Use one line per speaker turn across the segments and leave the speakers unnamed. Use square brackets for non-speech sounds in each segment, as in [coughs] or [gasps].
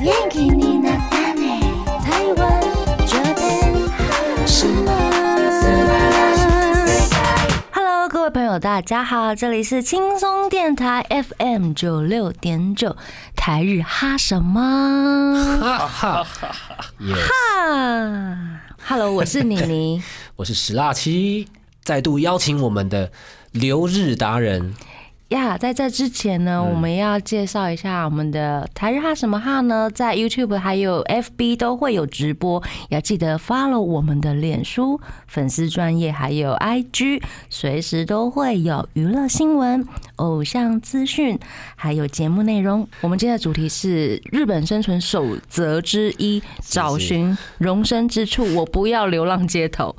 元気になったね台湾上天什么？
Hello，各位朋友，大家好，这里是轻松电台 FM 九六点九，台日哈什么
哈哈，yes，
哈？Hello，我是妮妮，
我是石蜡七，再度邀请我们的留日达人，
呀在这之前呢，我们要介绍一下我们的台日哈什么哈呢，在 YouTube 还有 FB 都会有直播，要记得 follow 我们的脸书粉丝专业还有 IG，随时都会有娱乐新闻、偶像资讯，还有节目内容。我们今天的主题是日本生存守则之一：找寻容身之处，我不要流浪街头。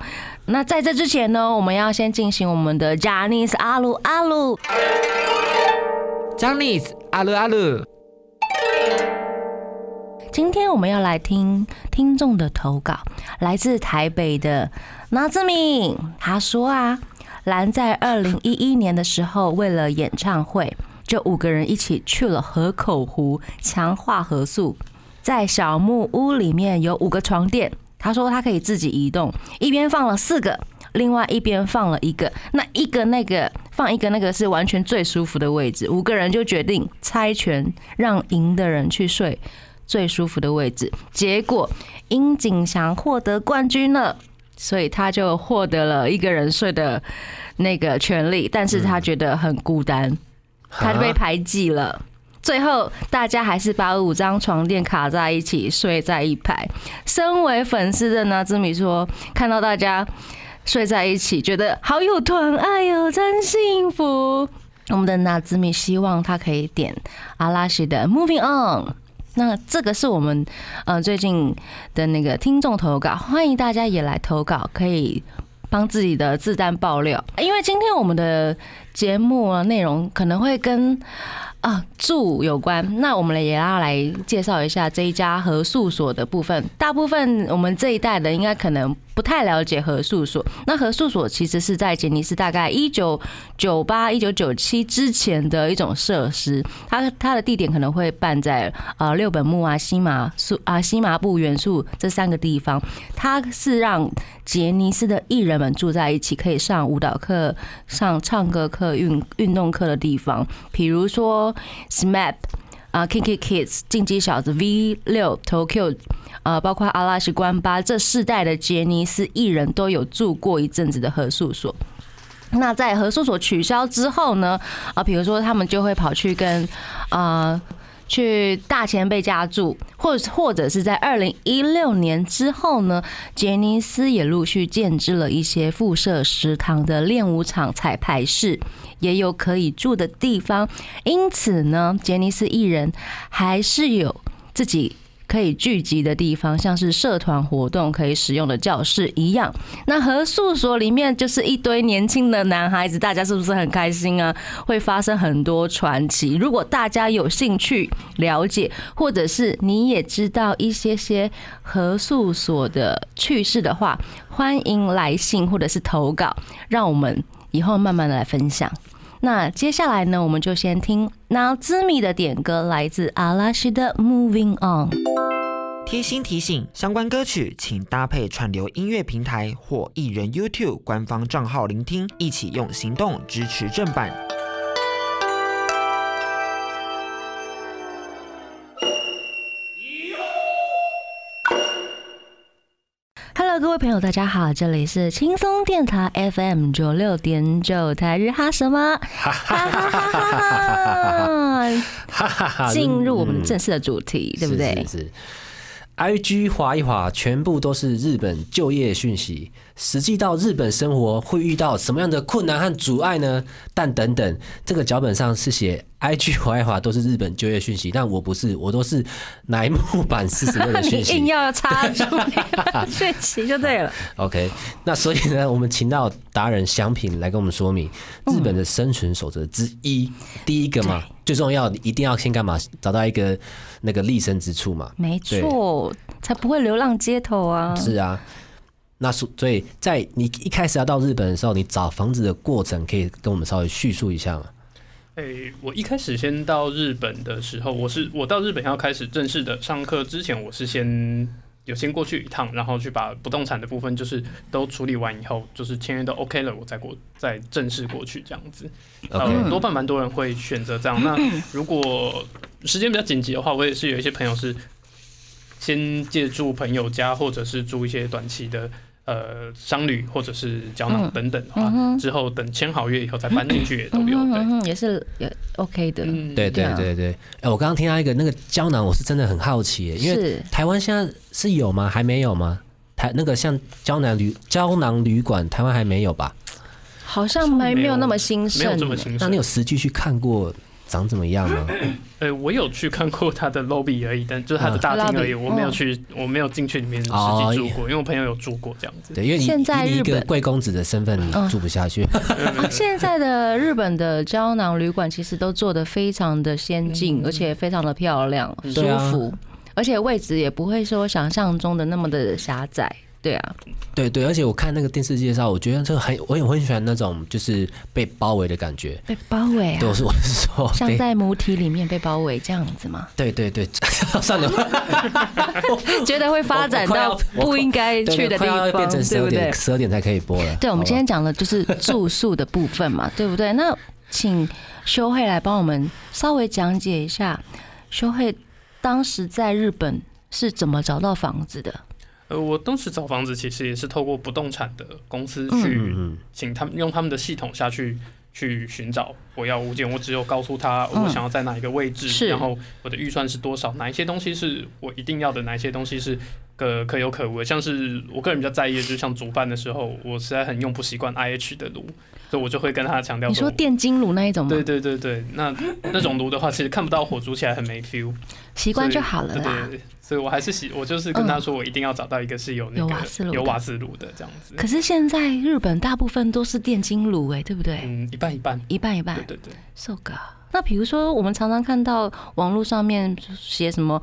那在这之前呢，我们要先进行我们的 j a n i c e 阿鲁阿鲁。
张力阿鲁阿鲁，
今天我们要来听听众的投稿，来自台北的拿志敏，他说啊，兰在二零一一年的时候，为了演唱会，就五个人一起去了河口湖强化合宿，在小木屋里面有五个床垫，他说他可以自己移动，一边放了四个。另外一边放了一个，那一个那个放一个那个是完全最舒服的位置，五个人就决定猜拳，让赢的人去睡最舒服的位置。结果殷景祥获得冠军了，所以他就获得了一个人睡的那个权利，但是他觉得很孤单，他就被排挤了。最后，大家还是把五张床垫卡在一起，睡在一排。身为粉丝的呢，志米说，看到大家睡在一起，觉得好有团爱哟、真幸福。我们的娜子米希望他可以点阿拉西的《Moving On》。那这个是我们呃最近的那个听众投稿，欢迎大家也来投稿，可以帮自己的自单爆料。因为今天我们的节目啊内容可能会跟啊住有关，那我们也要来介绍一下这一家合宿所的部分。大部分我们这一代的应该可能不太了解合宿所。那合宿所其实是在杰尼斯大概一九九八、一九九七之前的一种设施，它它的地点可能会办在呃六本木啊、西马素啊、西马布元素这三个地方。它是让杰尼斯的艺人们住在一起，可以上舞蹈课、上唱歌课、运运动课的地方，比如说 SMAP。啊、k i k i Kids、进击小子、V 六、Tokyo 呃，包括阿拉西关巴这世代的杰尼斯艺人都有住过一阵子的合宿所。那在合宿所取消之后呢？啊、比如说他们就会跑去跟呃去大前辈家住，或或者是在二零一六年之后呢，杰尼斯也陆续建制了一些附设食堂的练舞场、彩排室，也有可以住的地方。因此呢，杰尼斯艺人还是有自己可以聚集的地方，像是社团活动可以使用的教室一样。那和宿所里面就是一堆年轻的男孩子，大家是不是很开心啊？会发生很多传奇。如果大家有兴趣了解，或者是你也知道一些些和宿所的趣事的话，欢迎来信或者是投稿，让我们以后慢慢的来分享。那接下来呢，我们就先听脑兹米的点歌，来自阿拉西的《Moving On》。
贴心提醒：相关歌曲请搭配串流音乐平台或艺人 YouTube 官方账号聆听，一起用行动支持正版。
Hello，各位朋友，大家好，这里是轻松电台 FM 九六点九台日哈什么，哈哈哈哈哈
哈哈哈，
哈！进入我们
嗯
正式的主题，对不
是
对？
是是。I G 划一划，全部都是日本就业讯息。实际到日本生活会遇到什么样的困难和阻碍呢？但等等，这个脚本上是写 I G 划一划都是日本就业讯息，但我不是，我都是乃木坂四十六的
你
讯息。
硬要插出
[laughs]
学习就对了。
OK，那所以呢， [laughs] 我们请到达人祥平来跟我们说明日本的生存守则之一，第一个嘛，最重要，一定要先干嘛？找到一个那个立身之处嘛。
没错，才不会流浪街头啊！
是啊，那所所以在你一开始要到日本的时候，你找房子的过程可以跟我们稍微叙述一下吗？
哎、诶、我一开始先到日本的时候，我是我到日本要开始正式的上课之前，我是先有先过去一趟，然后去把不动产的部分就是都处理完以后，就是签约都 OK 了，我再过再正式过去这样子。
OK
呃，多半蛮多人会选择这样。那如果时间比较紧急的话，我也是有一些朋友是先借住朋友家，或者是住一些短期的呃商旅，或者是胶囊
嗯
等等的话，之后等签好约以后再搬进去也都有。
嗯
对，
嗯，也是也 OK 的，
嗯，
对对
嗯
对对，哎、我刚刚听到一个那个胶囊，我是真的很好奇耶，因为
是
台湾现在是有吗？还没有吗？台那个像胶囊旅胶囊旅馆，台湾还没有吧？
好像没没有那么兴
没有
盛
这，么清楚
那。你有实际去看过长怎么
[coughs]
样吗？
呃，我有去看过
[laughs]
他的 lobby 而已，但就是他的大厅而已，
嗯
我没有去，我没有进去里面实
啊哦
际住过，因为我朋友有住过这样子。
对，因为你
现在
以你一
日
个
本
贵公子的身份，你
嗯
住不下去。
现在的日本的胶囊旅馆其实都做得非常的先进，而且非常的漂亮、舒
嗯对啊
服，而且位置也不会说想象中的那么的狭窄。对啊，
对对，而且我看那个电视介绍，我觉得这个很，我也很喜欢那种就是被包围的感觉。
被包围
对，我
啊，
是我 [laughs] 是说
像
被
在母体里面被包围这样子吗？
对对对， [laughs]
[laughs]
算了，
觉得会发展到
我快要
不应该
对
去的地
快要
方，
变成十
对
二
不对
点，？十二点才可以播了。
对，我们
好吧
今天讲的就是住宿的部分嘛，对不对？那请修慧来帮我们稍微讲解一下，修慧当时在日本是怎么找到房子的？
呃，我当时找房子其实也是透过不动产的公司
嗯
去，
嗯，
请他们用他们的系统下去去寻找我要物件，我只有告诉他
嗯
我想要在哪一个位
是
置，然后我的预算是多少，哪一些东西是我一定要的，哪一些东西是可可有可无的。像是我个人比较在意的，就是像煮饭的时候，我实在很用不习惯 IH 的炉，所以我就会跟他强调
你说
我
电金炉那一种吗
对？对对对，那那种炉的话，其实看不到火，煮起来很没 feel。
习
习
惯就好了
对
啦
对。对，所以我还是喜，我就是跟他说，我一定要找到一个是有那
有
个
瓦斯炉的
有瓦斯炉的这样子。
可是现在日本大部分都是电金炉，哎，对不对？
嗯，一半一半。
一半一半
对，对对，
So g 那比如说，我们常常看到网络上面写什么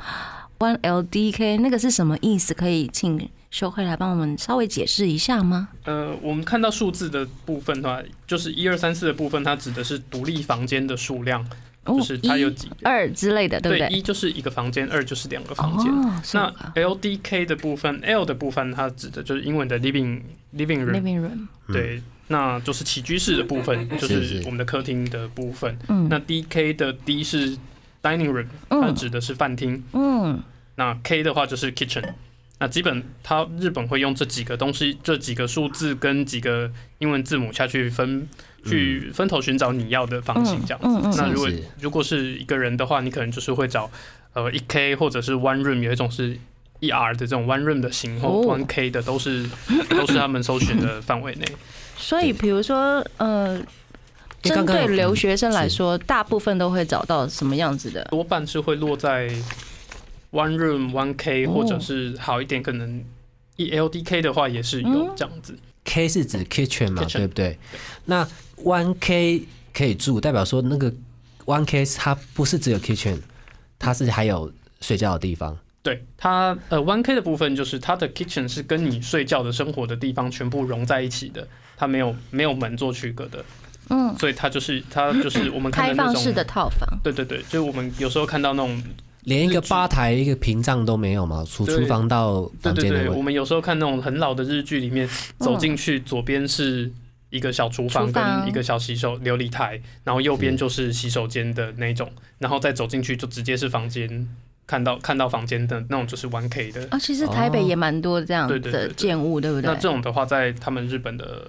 “one LDK”，那个是什么意思？可以请修慧来帮我们稍微解释一下吗？
呃，我们看到数字的部分的话，就是一二三四的部分，它指的是独立房间的数量，就是它有
哦一
几
二之类的，对不
对，
对？
一就是一个房间，二就是两个房间。
哦，
那
so ga
LDK 的部分，L 的部分，它指的就是英文的 living living room，
living room，
对，那就是起居室的部分，就是
是
是我们的客厅的部分。
嗯
那 D K 的 D 是 dining room，它
嗯
指的是饭厅。
嗯，
那 K 的话就是 kitchen。那基本它日本会用这几个东西、这几个数字跟几个英文字母下去分，去分头寻找你要的房型这样子。
嗯嗯嗯
那如果
是
如果是一个人的话，你可能就是会找呃一 K 或者是 one room，有一种是。E R 的这种 one room 的型或
哦
one K 的都是、都是他们搜寻的范围内。
所以比如说，呃，
因为刚
针
刚
对
有
留学生来
是
说，大部分都会找到什么样子的？
多半是会落在 one room one k，、
哦
或者是好一点可能 E L D K 的话也是
嗯
有这样子。
K 是指 kitchen 嘛
Kitchen
对不对？那 one K 可以住，代表说那个 one K 它不是只有 kitchen，它是还有睡觉的地方。
对它呃 one k 的部分就是它的 kitchen 是跟你睡觉的生活的地方全部融在一起的，它没有没有门做区隔的，
嗯，
所以它就是它就是我们看
开
的那
放
种
式的。套房，
对对对，就是我们有时候看到那种，
连一个吧台、一个屏障都没有嘛，厨
对
厨房到
对
房
对
间的
对，
位
我
置。
们有时候看那种很老的日剧里面，走进去左边是一个小厨房
厨房
跟一个小洗手琉璃台，然后右边就是洗手间的那种，然后再走进去就直接是房间，看到看到房间的那种就是 one k 的。
啊，其实台
哦
北也蛮多这样
对对对
的
对
建物，对不
那
对
这？种的话，在他们日本的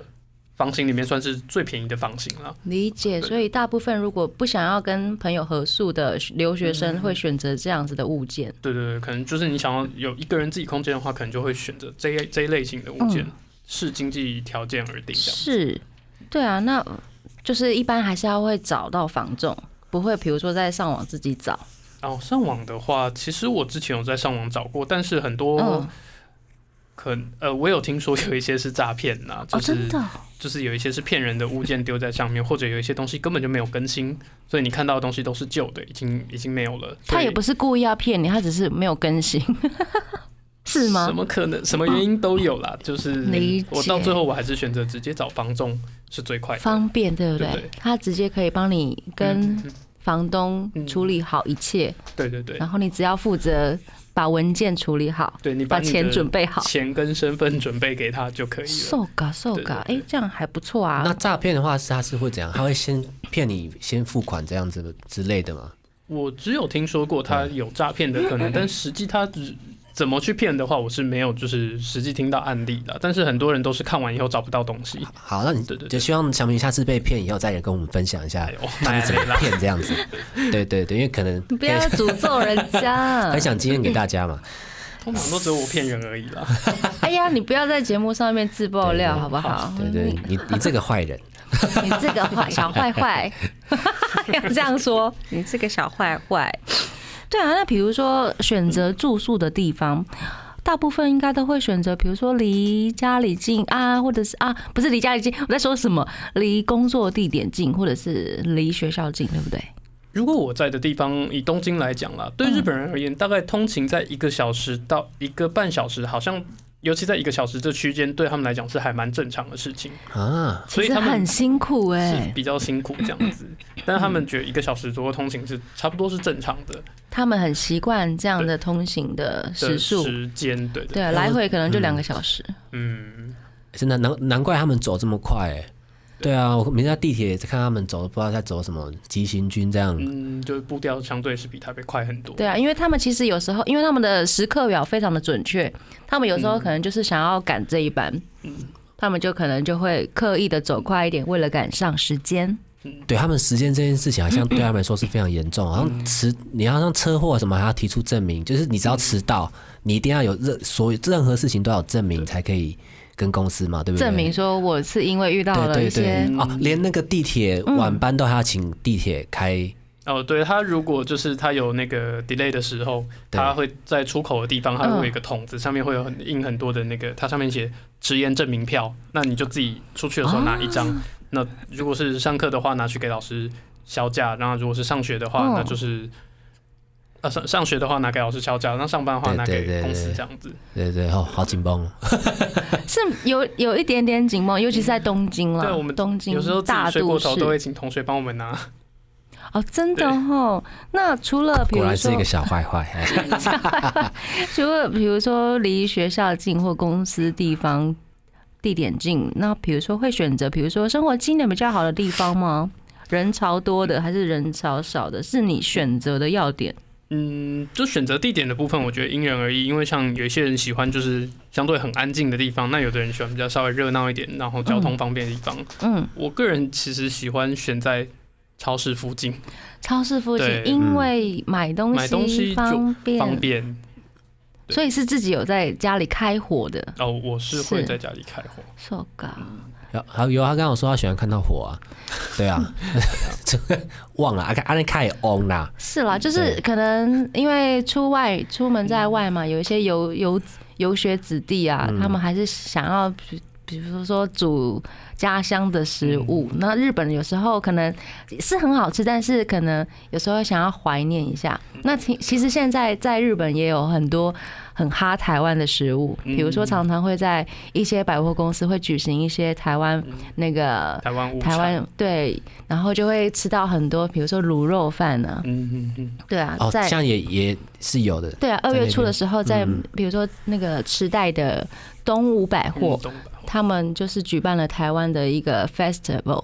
房型里面算是最便宜的房型了。
理
啊
解，所以大部分如果不想要跟朋友合宿的留学
嗯
生，会选择这样子的物件。
对对对，可能就是你想要有一个人自己空间的话，可能就会选择这一这一类型的物件，
嗯
视经济条件而定这样。
是，对啊，那就是一般还是要会找到房仲，不会比如说在上网自己找。
然后哦上网的话，其实我之前有在上网找过，但是很多、
嗯，
可呃，我有听说有一些是诈骗呐，就
哦，
是、
真的哦，
就是有一些是骗人的物件丢在上面，或者有一些东西根本就没有更新，所以你看到的东西都是旧的，已经已经没有了。
他也 [laughs]
所以
不是故意要骗你，他只是没有更新。是吗
怎？么可能？什么原因都有啦，就是
理解
我到最后我还是选择直接找房仲是最快的。
方便对不对？
对对
他直接可以帮你跟
嗯嗯
房东处理好一切，
对对对
然，后你只要负责把文件处理好，
对你
把
你的
钱准备好。
钱跟身份准备给他就可以了。
受嘎受嘎，
对对对
哎，这样还不错
那
啊。
诈骗的话是他是会怎样？他会先骗你先付款这样子之类的吗？
我只有听说过他有诈骗的可能，但实际他只怎么去骗的话，我是没有就是实际听到案例的。但是很多人都是看完以后找不到东西，
好，那你
对对对
就希望小明下次被骗以后再来跟我们分享一下
哎呦
他们怎
[laughs]
么骗这样子。对对对，因为可能
[laughs] 你不要诅咒人
[laughs]
家
分。享经验给大家
[laughs]
嘛。
通常都只有我骗人而已啦。
哎呀，你不要在节目上面自爆料，
对对
好不好？
对对，你你这个坏人，
你这个坏小坏坏，要这样说，你这个小坏坏。对啊，那比如说选择住宿的地方，大部分应该都会选择，比如说离家里近啊，或者是啊，不是离家里近，我在说什么？离工作地点近，或者是离学校近，对不对？
如果我在的地方以东京来讲啦，对日本人而言，大概通勤在一个小时到一个半小时，好像尤其在一个小时这区间，对他们来讲是还蛮正常的事情，
啊，
所以
其实
他们
很辛苦哎、
是比较辛苦这样子。但他们觉得一个小时左右通勤是差不多是正常的
他们很习惯这样的通行的时
的
速，
时间，对的，
对，啊来回可能就两个小时。
嗯，
真的难难怪他们走这么快、欸。对啊，我每次在地铁也是看他们走，不知道在走什么急行军这样。
嗯，就是步调相对是比台北快很多。
对啊，因为他们其实有时候，因为他们的时刻表非常的准确，他们有时候
嗯
可能就是想要赶这一班，他们就可能就会刻意的走快一点，为了赶上时间。
对他们时间这件事情，好
嗯
像对他们来说是非常严重。好像迟，你要像车祸什么，还要提出证明，就是你只要迟到，你一定要有任所有任何事情都要有证明才可以跟公司嘛，对不对？
证明说我是因为遇到了一
对对
些嗯
对，哦，连那个地铁晚班都还要请地铁开，
哦，对他如果就是他有那个 delay 的时候，
对
嗯
他会在出口的地方，他会有一个桶子，上面会有很印很多的那个，它上面写迟延证明票，那你就自己出去的时候拿一张。
啊
那如果是上课的话，拿去给老师销假；然后如果是上学的话，
嗯
那就是。啊，上上学的话拿给老师销假，那上班的话
对
拿
对对
给公
对
司这样子。
对对，哦，好紧绷哦。
是有有一点点紧绷，尤其是在东京了。
对我们
东京
有时候自己
大
睡过
都市
头都会请同学帮我们拿。
哦，真的哦。那除了比
果
如
然是一
说
个，小坏坏。哎
除了比如说离学校近或公司地方地点近，那比如说会选择，比如说生活经验比较好的地方吗？人潮多的还是人潮少的，是你选择的要点。
嗯，就选择地点的部分，我觉得因人而异。因为像有一些人喜欢就是相对很安静的地方，那有的人喜欢比较稍微热闹一点，然后交通方便的地方。
嗯，
我个人其实喜欢选在超市附近，
超市附近
对，嗯
因为买东
买东西
西
就
方便，
方便。
嗯
对
所以是自己有在家里开火的。
哦，我是会
是
在家里开火。
So g
有还有他刚刚有说他喜欢看到火啊，
[laughs]
对啊，这个忘了，阿阿那开 on 啦，
是
嗯
啦，就是可能因为出外出门在外
嗯
嘛，有一些游游游学子弟啊，他们还是想要，比比如说煮家乡的食物。
嗯
那日本有时候可能是很好吃，但是可能有时候想要怀念一下。
嗯
那其其实现在在日本也有很多很哈台湾的食物，
嗯
比如说常常会在一些百货公司会举行一些台湾那个
嗯台湾物产嗯
台，湾对，然后就会吃到很多，比如说卤肉饭啊，
嗯嗯嗯，
对啊，
哦，这
在
样也也是有的，
对啊，二
在
月
那
初的
边
时候在，
嗯
比如说那个池袋的东武百货，
运动吧
他们就是举办了台湾的一个 festival，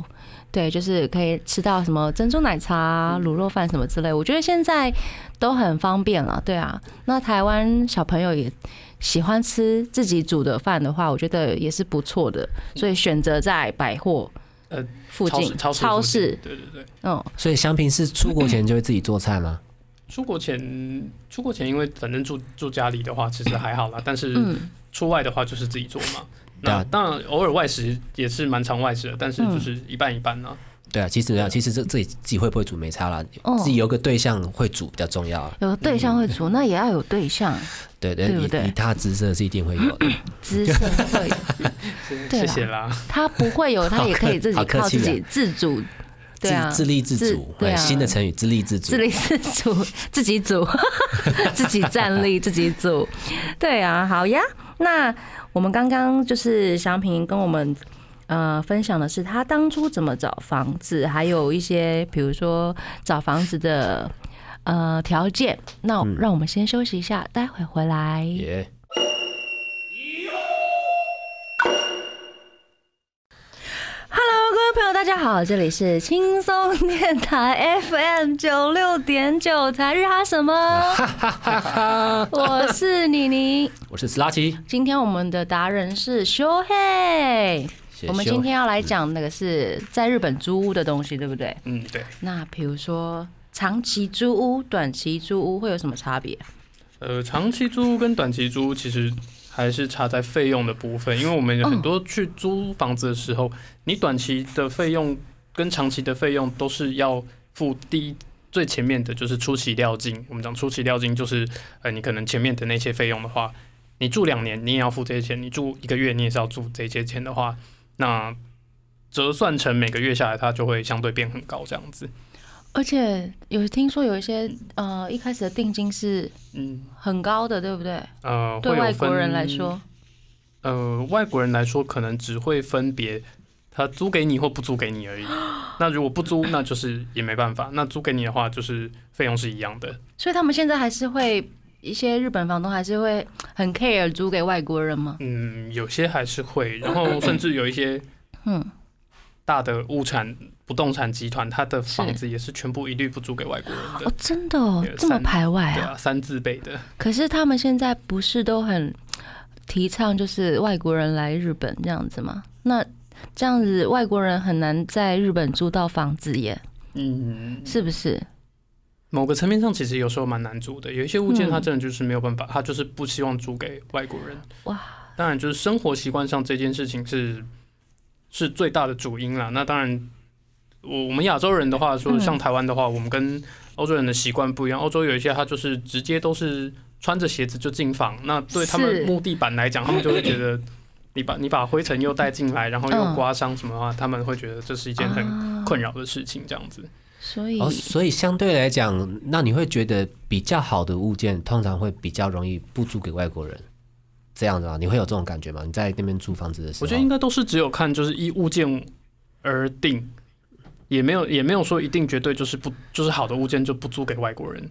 对，就是可以吃到什么珍珠奶茶啊、卤肉饭什么之类。我觉得现在都很方便了，对啊。那台湾小朋友也喜欢吃自己煮的饭的话，我觉得也是不错的，所以选择在百货
呃
附
超
近
市超市
超
附近
市，
对对对。
嗯，
所以香平是出国前就会自己做菜吗？
出国前，出国前，因为反正住住家里的话，其实还好啦。但是
嗯
出外的话，就是自己做嘛。
对啊
那当然，偶尔外食也是蛮常外食的，但是就是一半一半呢、
对啊，其实啊，其实这自己自己会不会煮没差啦，
嗯哦
自己有个对象会煮比较重要啊。
嗯有个对象会煮，那也要有对象，
对对，
对不
以
对
以他姿色是一定会有的。
姿色会
谢 [laughs]
对啦啊
谢谢啦。 [laughs]
他不会有，他也可以自己
好客
靠自
好客
己
气啊
自主。 [clears throat] 对啊
自自立自
自
主，
对啊
哎新的成语自立自主，
自立自主， [laughs] 自己组，自己站
[laughs]
立，自己组。对啊，好呀。那我们刚刚就是祥平跟我们呃分享的是他当初怎么找房子，还有一些比如说找房子的呃条件。那
嗯
让我们先休息一下，待会回来。
耶。
Hello，各位朋友，大家好，这里是轻松电台 FM 九六点九台日哈什么？我是妮妮，
我是斯拉奇，
今天我们的达人是修嘿。
谢谢
我们
修
今天要来讲那个是在日本租屋的东西，对不对？
嗯，对。
那比如说长期租屋、短期租屋会有什么差别？
呃，长期租屋跟短期租屋其实还是差在费用的部分，因为我们有很多去租房子的时候，你短期的费用跟长期的费用都是要付第一。最前面的就是初期料金，我们讲初期料金就是，呃，你可能前面的那些费用的话，你住两年你也要付这些钱，你住一个月你也是要付这些钱的话，那折算成每个月下来，它就会相对变很高这样子。
而且有听说有一些呃一开始的定金是
嗯，
很高的，对不对？
呃，
对
会有
外国
分
人来说，
呃，外国人来说，可能只会分别他租给你或不租给
[gasps]
你而已。那如果不租，那就是也没办法；那租给你的话，就是费用是一样的。
所以他们现在还是会一些日本房东还是会很 care 租给外国人吗？
嗯，有些还是会，然后甚至有一些
嗯，
大的物产不动产集团，它的
是
房子也是全部一律不租给外国人的
哦。，真的哦
对，
这么
三
排外
对
啊！
啊，三字辈的，
可是他们现在不是都很提倡就是外国人来日本这样子吗？那这样子外国人很难在日本租到房子耶，
嗯，
是不是？
某个层面上其实有时候蛮难租的，有一些物件
嗯
它真的就是没有办法，它就是不希望租给外国人。
哇，
当然就是生活习惯上这件事情是是最大的主因啦。那当然，我我们亚洲人的话说，
嗯
像台湾的话，我们跟欧洲人的习惯不一样。欧洲有一些他就是直接都是穿着鞋子就进房，那对他
是
们木地板来讲，他们就会觉得你把你把灰尘又带进来，然后
嗯啊
又刮伤什么的话，他们会觉得这是一件很困扰的事情，这样子。
所以
哦，所以相对来讲，那你会觉得比较好的物件通常会比较容易不租给外国人，这样子啊？你会有这种感觉吗？你在那边租房子的时候，
我觉得应该都是只有看就是依物件而定，也没有也没有说一定绝对就是不就是好的物件就不租给外国人，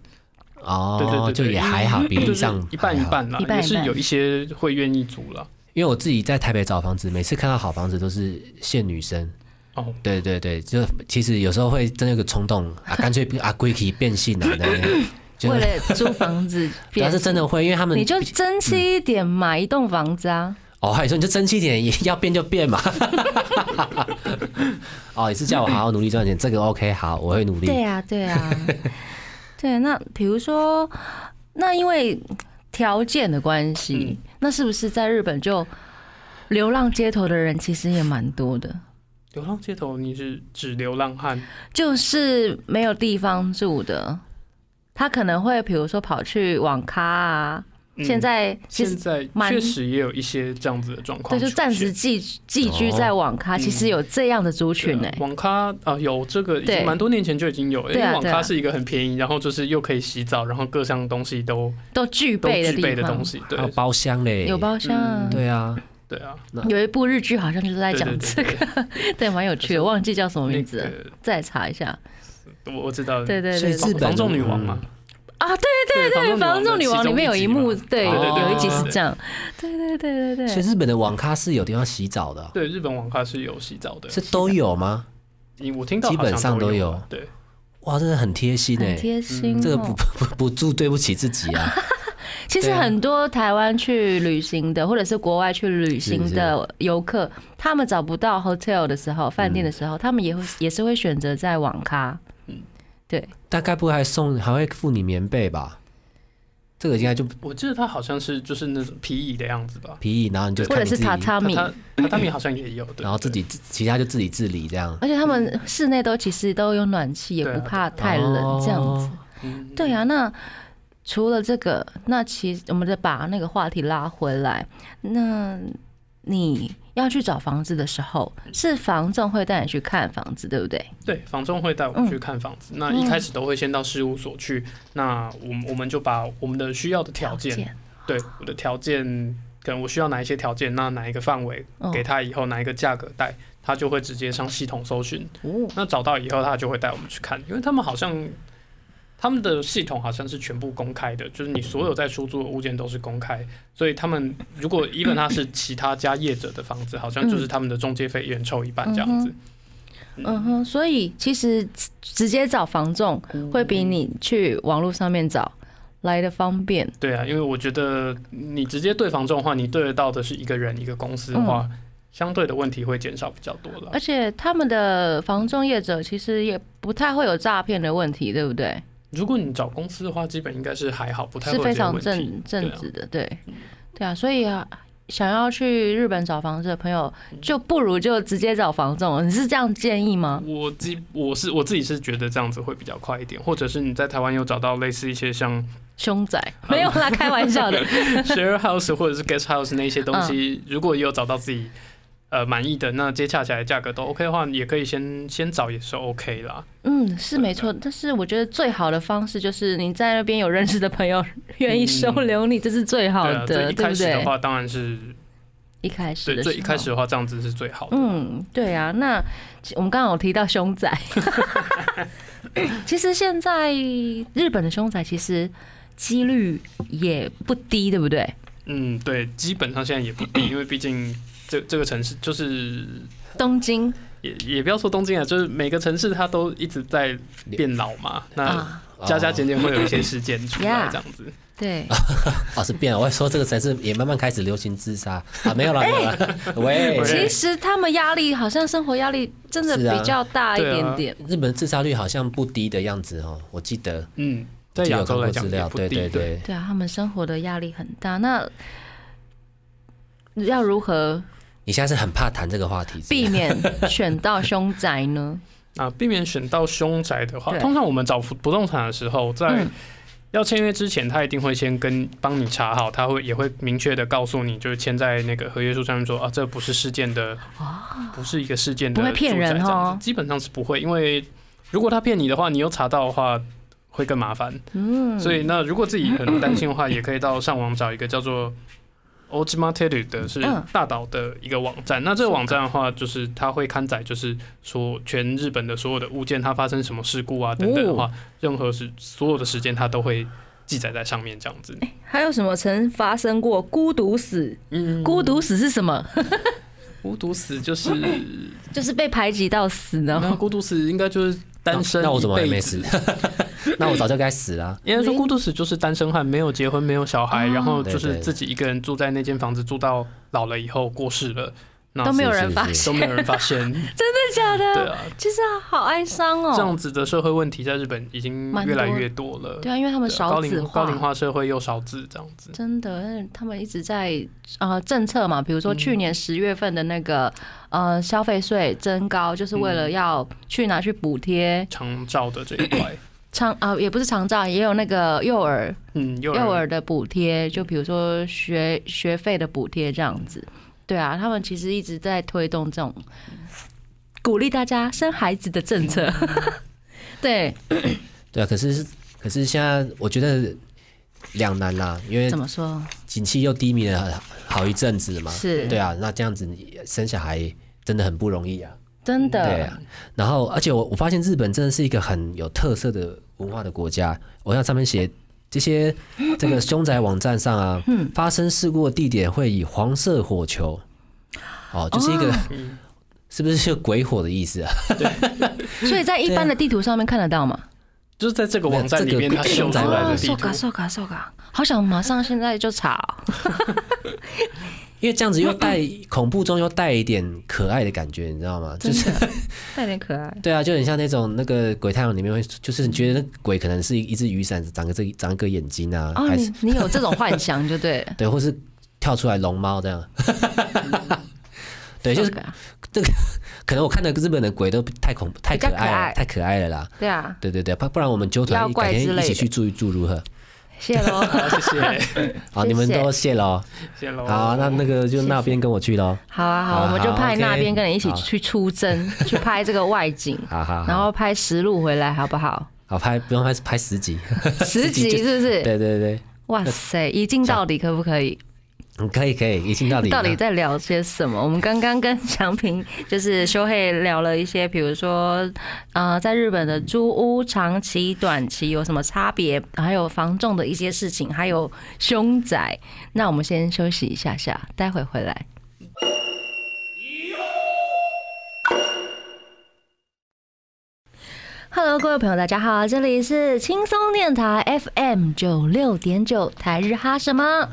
哦，
对对对对
就也还好，比
就
例
是
上
一半
还
一
好。
半啦
一，半一
也
半
是有一些会愿意租了。
因为我自己在台北找房子，每次看到好房子都是限女生。
哦，
对对对，就其实有时候会真的有个冲动啊，干脆不啊归期变性啊，对不
[coughs]
对？就
为
是
了租房子变，
但是真的会，因为他们
[laughs] 你就珍惜一点买一栋房子啊。
哦，还有说你就争气点，也要变就变嘛。 [laughs] 哦，也是叫我好好努力赚钱，这个 OK，好，我会努力。
对啊呀、对呀、
[laughs]
对。那比如说，那因为条件的关系，
嗯
那是不是在日本就流浪街头的人其实也蛮多的？
流浪街头，你是指流浪汉？
就是没有地方住的，他可能会比如说跑去网咖啊。
嗯
现在其
现
实
在
蛮
确实也有一些这样子的状况
对，
出
就
现，啊
暂时寄寄居在网咖，其实有这样的族群欸呢、
哦嗯对啊网咖啊、有这个已
对
经蛮多年前就已经有了，因
对
为
啊
网
对啊
咖是一个很便宜，然后就是又可以洗澡，然后各项东西都
都具
都
备的
具备
地
的
方
东，西，对
还有包厢嘞，
有包厢啊。
对啊，
对啊，
有一部日剧好像就是在
对
讲
对
这
对
个，
对，
对，蛮有趣
[laughs]
的，忘记叫什么名字了
那，个
再查一下。
我我知道，
对对
所以
对
日
对
本嗯
防仲女王嘛，
啊，对
对
对，《
防
防
仲
仲
女
女
王
王》
的
里面有一幕，
其中集嘛
对，
对对对
有一集是
对
这样。对对对对
所以
对，
日本的网咖是有地方洗澡的哦，
对，日本网咖是有洗澡的，
是都有吗？
你我听到
基本
好像
上都
有
有
啊，对，
哇，真的很贴心
很
哎，
贴心哦。
这个不 [laughs] 不不住对不起自己啊。
其实
对啊
很多台湾去旅行的，或者是国外去旅行的游客，他们找不到 hotel 的时候，饭店的时候，他们也会也是会选择在网咖。
大概不会还送还会付你棉被吧？这个应该就
我记得它好像是就是那种皮椅的样子吧，
皮衣，然后你就
或者
看你
是
自己
榻榻
它
米，
它榻榻米好像也有，对
然后自己自其他就自己自理这样。
而且他们室内都其实都有暖气，也
对啊
不怕太冷这样子
哦。
嗯
对啊，那除了这个，那其实我们再把那个话题拉回来，那你要去找房子的时候，是房仲会带你去看房子，对不对？
对，房仲会带我们去看房
嗯
子。那一开始都会先到事务所去，那我们我们就把我们的需要的条件，对我的条件，可能我需要哪一些条件，那哪一个范围
哦
给他以后，哪一个价格带，他就会直接上系统搜寻。
哦，
那找到以后，他就会带我们去看，因为他们好像他们的系统好像是全部公开的，就是你所有在出租的物件都是公开，所以他们如果 even 他是其他家业者的房子，好像就是他们的中介费一人抽一半这样子。
嗯哼，所以其实直接找房仲会比你去网络上面找来的方便。
对啊，因为我觉得你直接对房仲的话，你对得到的是一个人一个公司的话，相对的问题会减少比较多了
而。且他们的房仲业者其实也不太会有诈骗的问题，对不对？
如果你找公司的话，基本应该是还好，不太
是
会有
非
这些
常
问题啊嗯
正。正直的，对对啊，所以啊，想要去日本找房子的朋友，就不如就直接找房仲了。你是这样建议吗？
我基我是我自己是觉得这样子会比较快一点，或者是你在台湾有找到类似一些像 [laughs]
凶宅没有啦，开玩笑的。
share house 或者是 guest house 那些东西，
嗯
如果也有找到自己呃满意的，那接洽起来价格都 OK 的话，也可以先先找也是 OK 啦。
嗯，是没错，但是我觉得最好的方式就是你在那边有认识的朋友愿意收留你，这是最好
嗯对啊，
的，
最一开
不
始的
对？
话当然是
一开始
对
的
最
时
一开
候
始的话这样子是最好的。
嗯，对啊，那其我们刚刚有提到凶宅， [laughs] 其实现在日本的凶宅其实几率也不低，对不对？
嗯，对，基本上现在也不 [coughs] 低，因为毕竟这这个城市就是
东京
也也不要说东京啊，就是每个城市它都一直在变老嘛，那
啊，
加加减减会有一些事件出来
Yeah
这样子。
对，
哦，是变了。我说这个城市也慢慢开始流行自杀啊，没有
[laughs] 哎
了，没有了。 [laughs]
[laughs]
喂，
其实他们压力好像生活压力真的
是啊
比较大一点点，
日本自杀率好像不低的样子哦，我记得
嗯，
我
在
记得
亚
有看
洲来
过
讲
资
也
料，
不
对
低，
对对。
对啊，他们生活的压力很大。那要如何
你现在是很怕谈这个话题，是不是
避免选到凶宅呢？
啊，避免选到凶宅的话，
对
通常我们找不动产的时候，在
嗯
要签约之前，他一定会先跟帮你查好，他会也会明确的告诉你，就是签在那个合约书上面说啊，这不是事件的，不是一个事件
哦
的
不会骗人
住宅这样
哦
子基本上是不会，因为如果他骗你的话，你有查到的话。会更麻烦，
嗯，
所以那如果自己很担心
[laughs]
的话，也可以到上网找一个叫做 Ojima t e r u 的，是
嗯
大岛的一个网站。那这个网站的话，就是它会刊载，就是说全日本的所有的物件，它发生什么事故啊等等的
哦
话，任何时所有的时间它都会记载在上面这样子。
[laughs] 还有什么曾发生过孤独死？
嗯，
孤独死是什么？ [laughs]
孤独死就是，
就是被排挤到死然
那
后
孤独死应该就是单身
那我怎么还
一辈
没
子
死？那我早就该死 [laughs] 了。
应该说孤独死就是单身汉，没有结婚，没有小孩，
啊
然后就
对
是
对
自己一个人住在那间房子，住到老了以后过世了，那
都没有
是
人
是
发
是
现，
都没有人发现。
[laughs] 真的假的？
对啊，
其实好哀伤
这样
哦。
子的社会问题在日本已经
蛮
越来
多
越多了。
对啊，因为他们
对啊
少
高
子
龄
化，
高龄化社会又少子这样子。
真的，但是他们一直在呃政策嘛，比如说
嗯
去年十月份的那个、呃消费税增高，就是为
嗯
了要去拿去补贴
长照的这一块，
长啊、也不是长照，也有那个幼儿
嗯，幼
幼
儿
儿的补贴，就比如说学学费的补贴这样子。对啊，他们其实一直在推动这种鼓励大家生孩子的政策。 [laughs] 对，
对啊，可是可是现在我觉得两难啦，因为
怎么说？
景气又低迷了好一阵子嘛。
是
对啊，那这样子你生小孩真的很不容易啊。
真的，
对啊，然后而且我我发现日本真的是一个很有特色的文化的国家。我看上面写这些这个凶宅网站上啊，
嗯
发生事故的地点会以黄色火球，哦，就是一个、 [laughs] 是不是就鬼火的意思啊？
所以在一般的地图上面看得到嘛。
就是在这个网站里面
这个
它秀出来
啊
的地
哦啊受
图
嘎，受嘎受嘎，好想马上现在就查哦、
因为这样子又带恐怖中又带一点可爱的感觉，你知道吗？就是
带点可爱。
[laughs] 对啊，就很像那种那个鬼太阳里面会，就是你觉得那鬼可能是一只雨伞长个这长一个眼睛啊，
哦，
还是。
你你有这种幻想就对了
对，或是跳出来龙猫这样。 [laughs] 对，就是
Soga
可能我看的日本的鬼都太恐怖、太
比较
可
可
爱了
爱
太可爱了啦。
对啊，
对对对，不不然我们揪团
妖怪
改天
之类
一
的
起去住一住如何？
谢
[laughs]
喽。啊
好，谢谢，谢
好，你们
谢谢
都谢喽。
谢喽。
好，那那个就那边跟我去喽。
好啊，好，
好
我们就
好
派那
OK，
边跟你一起
好
去出
[laughs]
征，去拍这个外景，
好好好，
然后拍实录回来，好不
[laughs]
好？
好拍不用拍拍十集，
十集
就
就是不是？
对对对，
哇塞，一镜到底可不可以？
嗯可以可以，一镜到底。
到底在聊些什么？我们刚刚跟祥平 [laughs] 就是修黑聊了一些，比如说，呃，在日本的租屋长期、短期有什么差别，还有房仲的一些事情，还有凶宅。那我们先休息一下下，待会回来。Hello，各位朋友，大家好，这里是轻松电台 FM 九六点九台日哈什么？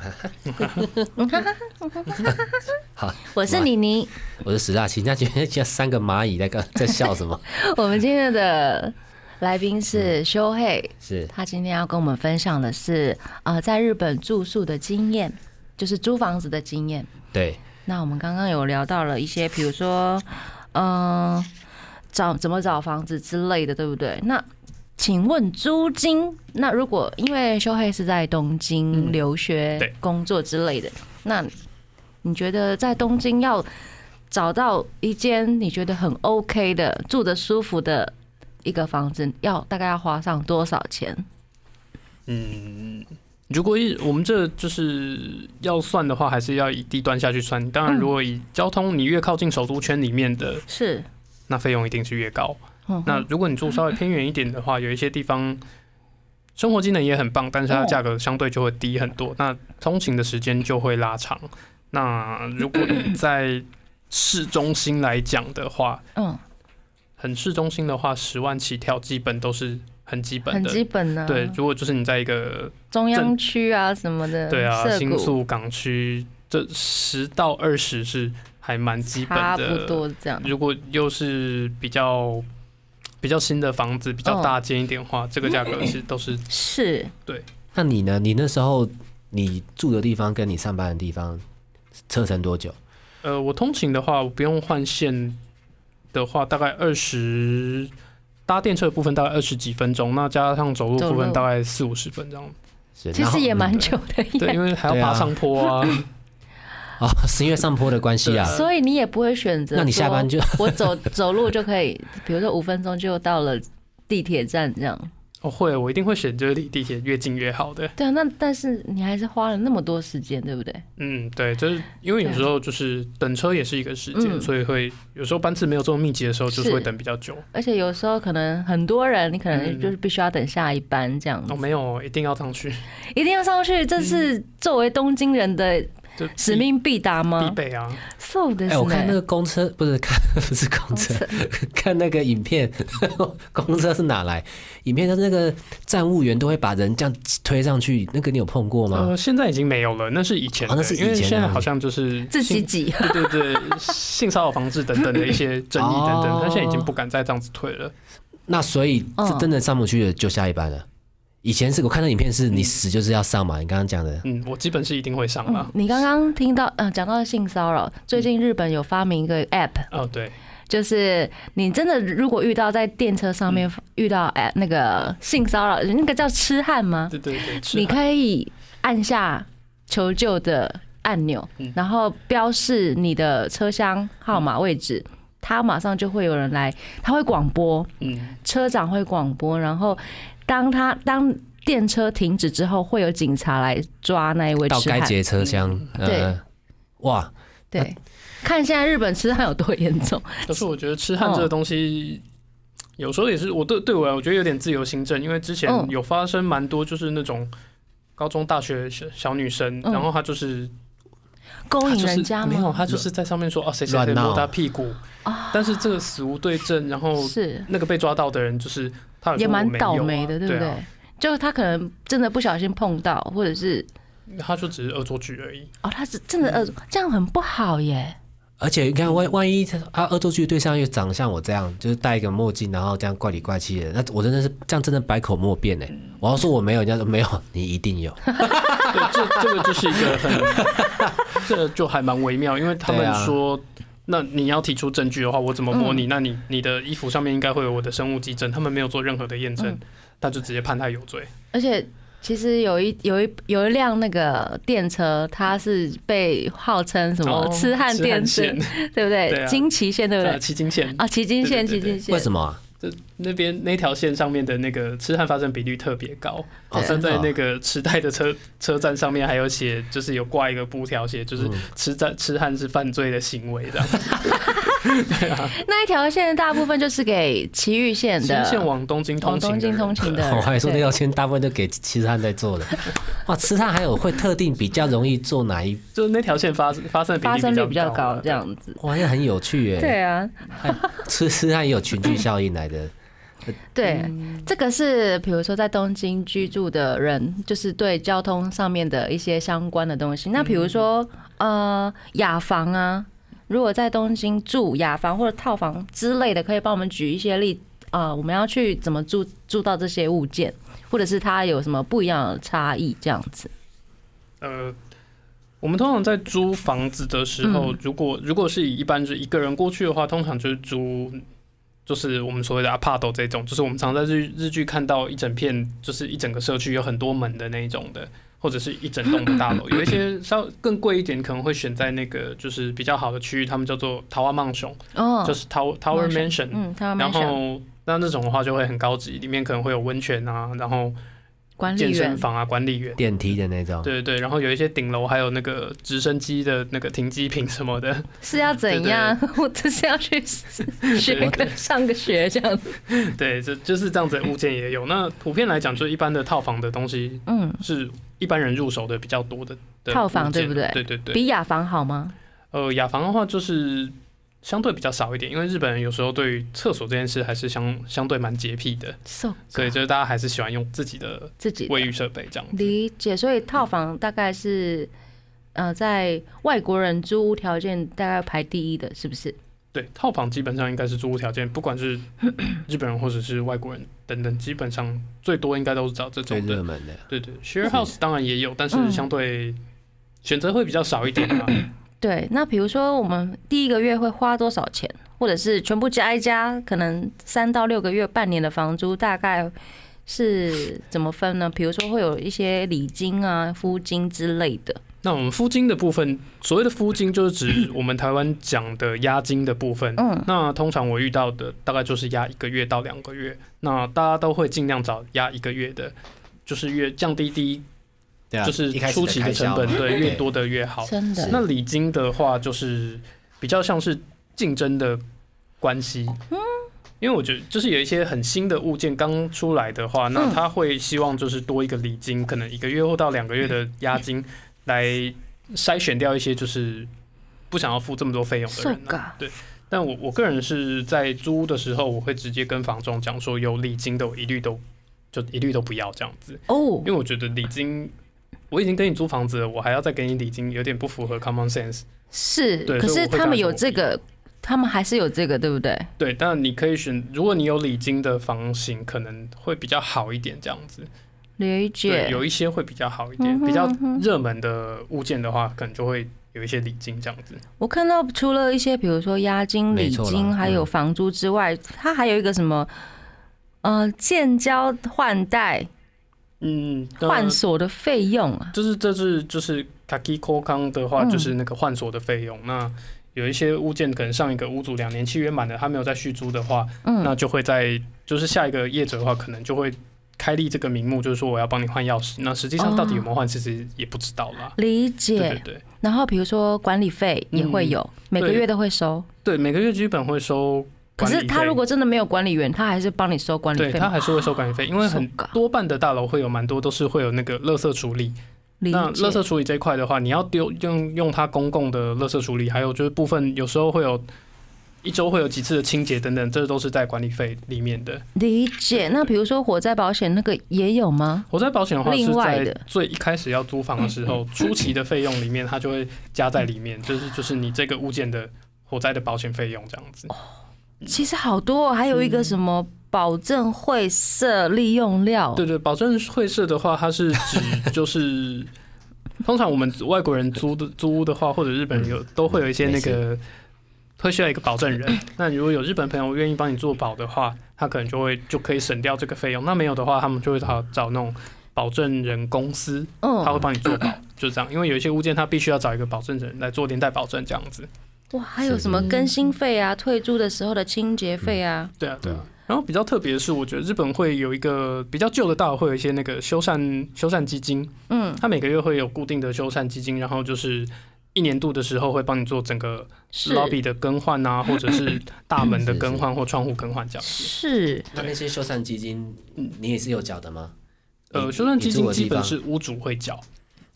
好，
我是妮妮。
我是史大奇，那觉得像三个蚂蚁在
[laughs]
干在笑什么？
我们今天的来宾是修黑，
是
他今天要跟我们分享的是呃，在日本住宿的经验，就是租房子的经验。
对，
那我们刚刚有聊到了一些，比如说，嗯、找怎么找房子之类的，对不对？那请问租金？那如果因为修黑是在东京留学、
对
工作之类的，那你觉得在东京要找到一间你觉得很 OK 的、住的舒服的一个房子，要大概要花上多少钱？
嗯，如果一我们这就是要算的话，还是要以地段下去算。
嗯
当然，如果以交通，你越靠近首都圈里面的，
是，
那费用一定是越高。
嗯
那如果你住稍微偏远一点的话，有一些地方生活机能也很棒，但
哦
是它价格相对就会低很多，那通勤的时间就会拉长。那如果你在市中心来讲的话，
嗯，
很市中心的话，十万起跳基本都是很基本
很
的。
基本啊呢、
对，如果就是你在一个
中央
正
区啊什么的，
对啊，
涩
新
谷
宿港区这十到二十是还蛮基本
差不
的。
多这样。
如果又是比较比较新的房子，比较大间一点的话，这个价格其实都是
是
那你呢？你那时候你住的地方跟你上班的地方车程多久？
呃，我通勤的话，我不用换线的话，大概二十。搭电车的部分大概二十几分钟，那加上走路的部
走
分
路
大概四五十分这样。
是
其
然后
实也蛮
嗯
久的
对，
耶，
因为还要
对啊
爬上坡啊。 [laughs]
[laughs] 哦，是因为上坡的关系啊。
对
[laughs] 所以你也不会选择。
那你下班就
我走 [laughs] 走路就可以，比如说五分钟就到了地铁站这样。
我、哦会，我一定会选择离地铁越近越好的。
对啊，那但是你还是花了那么多时间，对不对？
嗯，对，就是因为有时候就是等车也是一个时间，
嗯
所以会有时候班次没有这么密集的时候，就是
是
会等比较久。
而且有时候可能很多人，你可能
嗯
就是必须要等下一班这样子
哦，，没有，一定要上去，
一定要上去。这是
嗯
作为东京人的
就必
使命必达
必
吗？
备啊。
そうです
哎、
ね
我看那个公车不是看不是公车， [laughs] 看那个影片， [laughs] 公车是哪来？影片就是那个站务员都会把人这样推上去，那个你有碰过吗？
呃，现在已经没有了，那是以前的，
哦那是以前
因为
的
现在好像就是
自己
性，
挤，
[laughs] 对对对，性骚扰防治等等的一些争议
[laughs]
等
哦
等，但现在已经不敢再这样子退了。
那所以
嗯
这真的上不去的就下一班了。以前是我看到影片是你死就是要上嘛，你刚刚讲的
嗯，我基本是一定会上
嗯
啊
了。
你刚刚听到呃讲到性骚扰，最近日本有发明一个 app，
哦，对，
就是你真的如果遇到在电车上面
嗯
遇到哎那个性骚扰，那个叫痴汉吗？
对对对，是
你可以按下求救的按钮，
嗯
然后标示你的车厢号码位置，他马上就会有人来，他会广播，
嗯，
车长会广播，然后当他当电车停止之后，会有警察来抓那一位
到
痴
该
汉。
节车厢，
对
呃，哇，
对，看现在日本痴汉有多严重。
可是我觉得
哦
痴汉这个东西。有时候也是我对对我来，我觉得有点自由心证，因为之前
嗯
有发生蛮多，就是那种高中、大学小小女生，
嗯
然后她就是
勾
他
引
就是
人家
没有，
吗？
他就是在上面说啊，谁谁谁
乱闹
摸他屁股，
啊
但是这个死无对证，然后
是
那个被抓到的人就是他有说
也蛮
我没有啊
倒霉的，对不
对
对？
啊？
就他可能真的不小心碰到，或者是
他就只是恶作剧而已。
哦，他是真
嗯
的恶，这样很不好耶。
而且你看，万万一他他恶作剧的对象又长像我这样，就是戴一个墨镜，然后这样怪里怪气的，那我真的是这样，真的百口莫辩哎、
嗯
我要说我没有，人家说没有，你一定
[laughs]
有。
对，这这个就是一个很， [laughs] 这就还蛮微妙，因为他
对
们
啊
说。那你要提出证据的话，我怎么
嗯
摸你？那你你的衣服
嗯
上面应该会有我的生物基证，他们没有做任何的验证，他就直接判他有罪。
而且其实有一有一有一辆那个电车，它是被号称什么
哦
痴汉
痴
电车，
线
对不
[laughs] 对
对？
啊
金旗线对不
对，
对？
七金线
啊，旗津线，旗
对对对
津
为
线，
什么啊？
这那边那条线上面的那个痴汉发生比率特别高，
哦
好像
真的
在
哦
那
啊
个痴呆的车车站上面还有写，就是有挂一个布条写，
嗯
就是痴呆痴汉是犯罪的行为这样。
那一条线大部分就是给埼玉县
新
的
线往东京
往
通勤
东
的
京
人，
通勤的人，
[laughs] 我还说那
对
条线大部分都给痴汉在做的。哇，痴汉还有会特定比较容易做哪一？
就是那条线发发生的
发
比
生率比较
高啊
高，这。样子。
哇，那很有趣欸耶。
对啊，
痴痴汉也有群聚效应来的。
对，这个是比如说在东京居住的人，就是对交通上面的一些相关的东西。那比如说呃雅房啊，如果在东京住雅房或者套房之类的，可以帮我们举一些例啊、呃我们要去怎么住住到这些物件，或者是它有什么不一样的差异这样子。
呃，我们通常在租房子的时候，如果如果是以一般是一个人过去的话，通常就是租。就是我们所谓的 apart 这种，就是我们常在日日剧看到一整片，就是一整个社区有很多门的那一种的，或者是一整栋的 [coughs] 大楼。有一些稍更贵一点，可能会选在那个就是比较好的区域，他们叫做桃花曼雄，
哦，
就是 Tower Tower 嗯 Mansion。
嗯，他们
然
想
后那那种的话就会很高级，里面可能会有温泉啊，然后
管理
健身
员
房啊，管理员。
电梯的那种，
对对对，然后有一些顶楼还有那个直升机的那个停机坪什么的， [laughs]
是要怎样？ [laughs] 我就是要去学个上个学这样子。
对，这就是这样子的物件也有。那普遍来讲，就一般的套房的东西
嗯，
是一般人入手的比较多的的
套房
物件
对不对
对对对。
比雅房好吗？
呃，雅房的话就是相对比较少一点，因为日本人有时候对于厕所这件事还是相相对蛮洁癖的，
So，
所以就是大家还是喜欢用自己的
自己啊的
卫浴设备这样子。
理解，所以套房大概是。呃，在外国人租屋条件大概排第一的，是不是？
对，套房基本上应该是租屋条件，不管是日本人或者是外国人等等，基本上最多应该都是找这
最
种
热
的。
门的。
对对，share house 当然也有，但是相对选择会比较少一点嘛。
对，那比如说我们第一个月会花多少钱，或者是全部加一加，可能三到六个月、半年的房租大概是怎么分呢？比如说会有一些礼金啊、夫金之类的。
那我们敷金的部分，所谓的敷金就是指我们台湾讲的押金的部分。
嗯，
那通常我遇到的大概就是押一个月到两个月，那大家都会尽量找押一个月的，就是越降低第一
对啊，
就是
一开始
初期
开
的
销
成本，
嘛
对，越多的越好。
真的
是
那礼金的话，就是比较像是竞争的关系。因为我觉得就是有一些很新的物件刚出来的话，那他会希望就是多一个礼金，可能一个月或到两个月的押金，来筛选掉一些就是不想要付这么多费用的人、
So
啊
ga。
对，但我我个人是在租屋的时候，我会直接跟房仲讲说，有礼金的我一律都就一律都不要这样子。
哦
因为我觉得礼金，我已经跟你租房子了，我还要再给你礼金，有点不符合 common sense。
是，
对
可
所以
是
我会
他们
跟他
有
说
这个，他们还是有这个，对不对？
对，但你可以选，如果你有礼金的房型，可能会比较好一点，这样子。
理
对，
解。
有一些会比较好一
嗯
点，比较热门的物件的话，可能就会有一些礼金这样子。
我看到除了一些比如说押金、
没
礼
错啦
金，还有
嗯
房租之外，它还有一个什么？呃，建交换贷
嗯，那
换所的费用啊，
就是这是就是 kaki k o k a n 的话，
嗯
就是那个换锁的费用。那有一些物件可能上一个屋主两年契约满了，他没有再续租的话，那
嗯，
就会在就是下一个业者的话，可能就会开立这个名目，就是说我要帮你换钥匙。那实际上到底有没有换，其实也不知道啦。
哦理
对对嗯
解。
对
然后比如说管理费也会有，每个
对
月都会收。
对，每个月基本会收
可
管理费。
是他如果真的没有管理员，他还是帮你收管理
对
费啊
他
吗？
还是会收管理费，因为很
So ga
多半的大楼会有蛮多都是会有那个垃圾处理。
理
那垃圾
解。
处理这一块的话，你要丢用用它公共的垃圾处理，还有就是部分有时候会有一周会有几次的清洁等等，这都是在管理费里面的。
理解。那比如说火灾保险那个也有吗？
火灾保险的话
另
是
外
在
的
最一开始要租房的时
嗯
候，初期的费用里面它就会加在里面，就是就是你这个物件的火灾的保险费用这样子。
其实好多哦，还有一个什么保证会社利用料，
对对，保证会社的话，它是指就是通常我们外国人租的租屋的话，或者日本人有都会有一些那个会需要一个保证人。那如果有日本朋友愿意帮你做保的话，他可能就会就可以省掉这个费用。那没有的话，他们就会找找那种保证人公司，
嗯，
他会帮你做保，就这样。因为有一些物件，他必须要找一个保证人来做连带保证这样子。
哇，还有什么更新费啊、退租的时候的清洁费啊？
对啊，
对啊，
然后比较特别的是，我觉得日本会有一个比较旧的大佬会有一些那个修缮修缮基金，
嗯，
它每个月会有固定的修缮基金，然后就是一年度的时候会帮你做整个
是
lobby 的更换啊，或者是大门的更换或窗户更换这样。
是
那那些修缮基金，你也是有缴的吗？
呃，
你
修缮基
你
金
住的
基
地
本
方
是屋主会缴，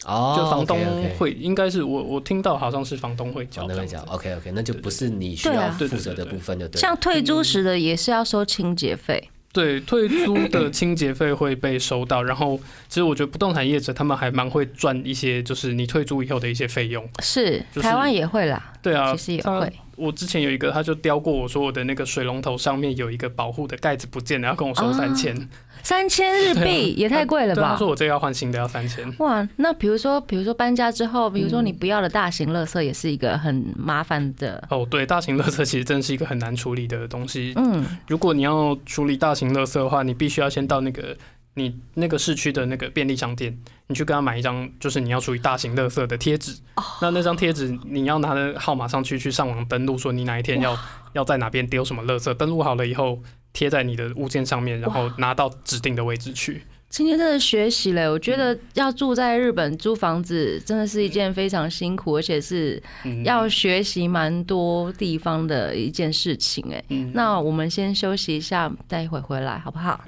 哦，
就房东
OK，OK
会，应该是我我听到好像是房东会缴
房
这
东
样
会
子，
缴。OK OK，那就不是你需
对
要
啊
负责的部分就对了。
像退租时的也是要收清洁费，
对，退租的清洁费会被收到，然后其实我觉得不动产业者他们还蛮会赚一些，就是你退租以后的一些费用。
是
就是
台湾也会啦，
对啊，
其实也
他
会。
我之前有一个，他就雕过我说我的那个水龙头上面有一个保护的盖子不见了，要跟我收三千、
三千日币也太贵了
对啊，他
吧
说？我这个要换新的要三千。
哇，那比如说，比如说搬家之后，比如说你不要的大型垃圾也是一个很麻烦的，
哦，对，大型垃圾其实真是一个很难处理的东西。
嗯，
如果你要处理大型垃圾的话，你必须要先到那个你那个市区的那个便利商店，你去跟他买一张，就是你要处理大型垃圾的贴纸。
哦
那那张贴纸你要拿着号码上去，去上网登录，说你哪一天要要在哪边丢什么垃圾，登录好了以后。贴在你的物件上面，然后拿到指定的位置去。
今天真的学习了，我觉
嗯
得要住在日本租房子真的是一件非常辛苦，而且是
嗯
要学习蛮多地方的一件事情、哎，
嗯
那我们先休息一下，待一会回来好不好？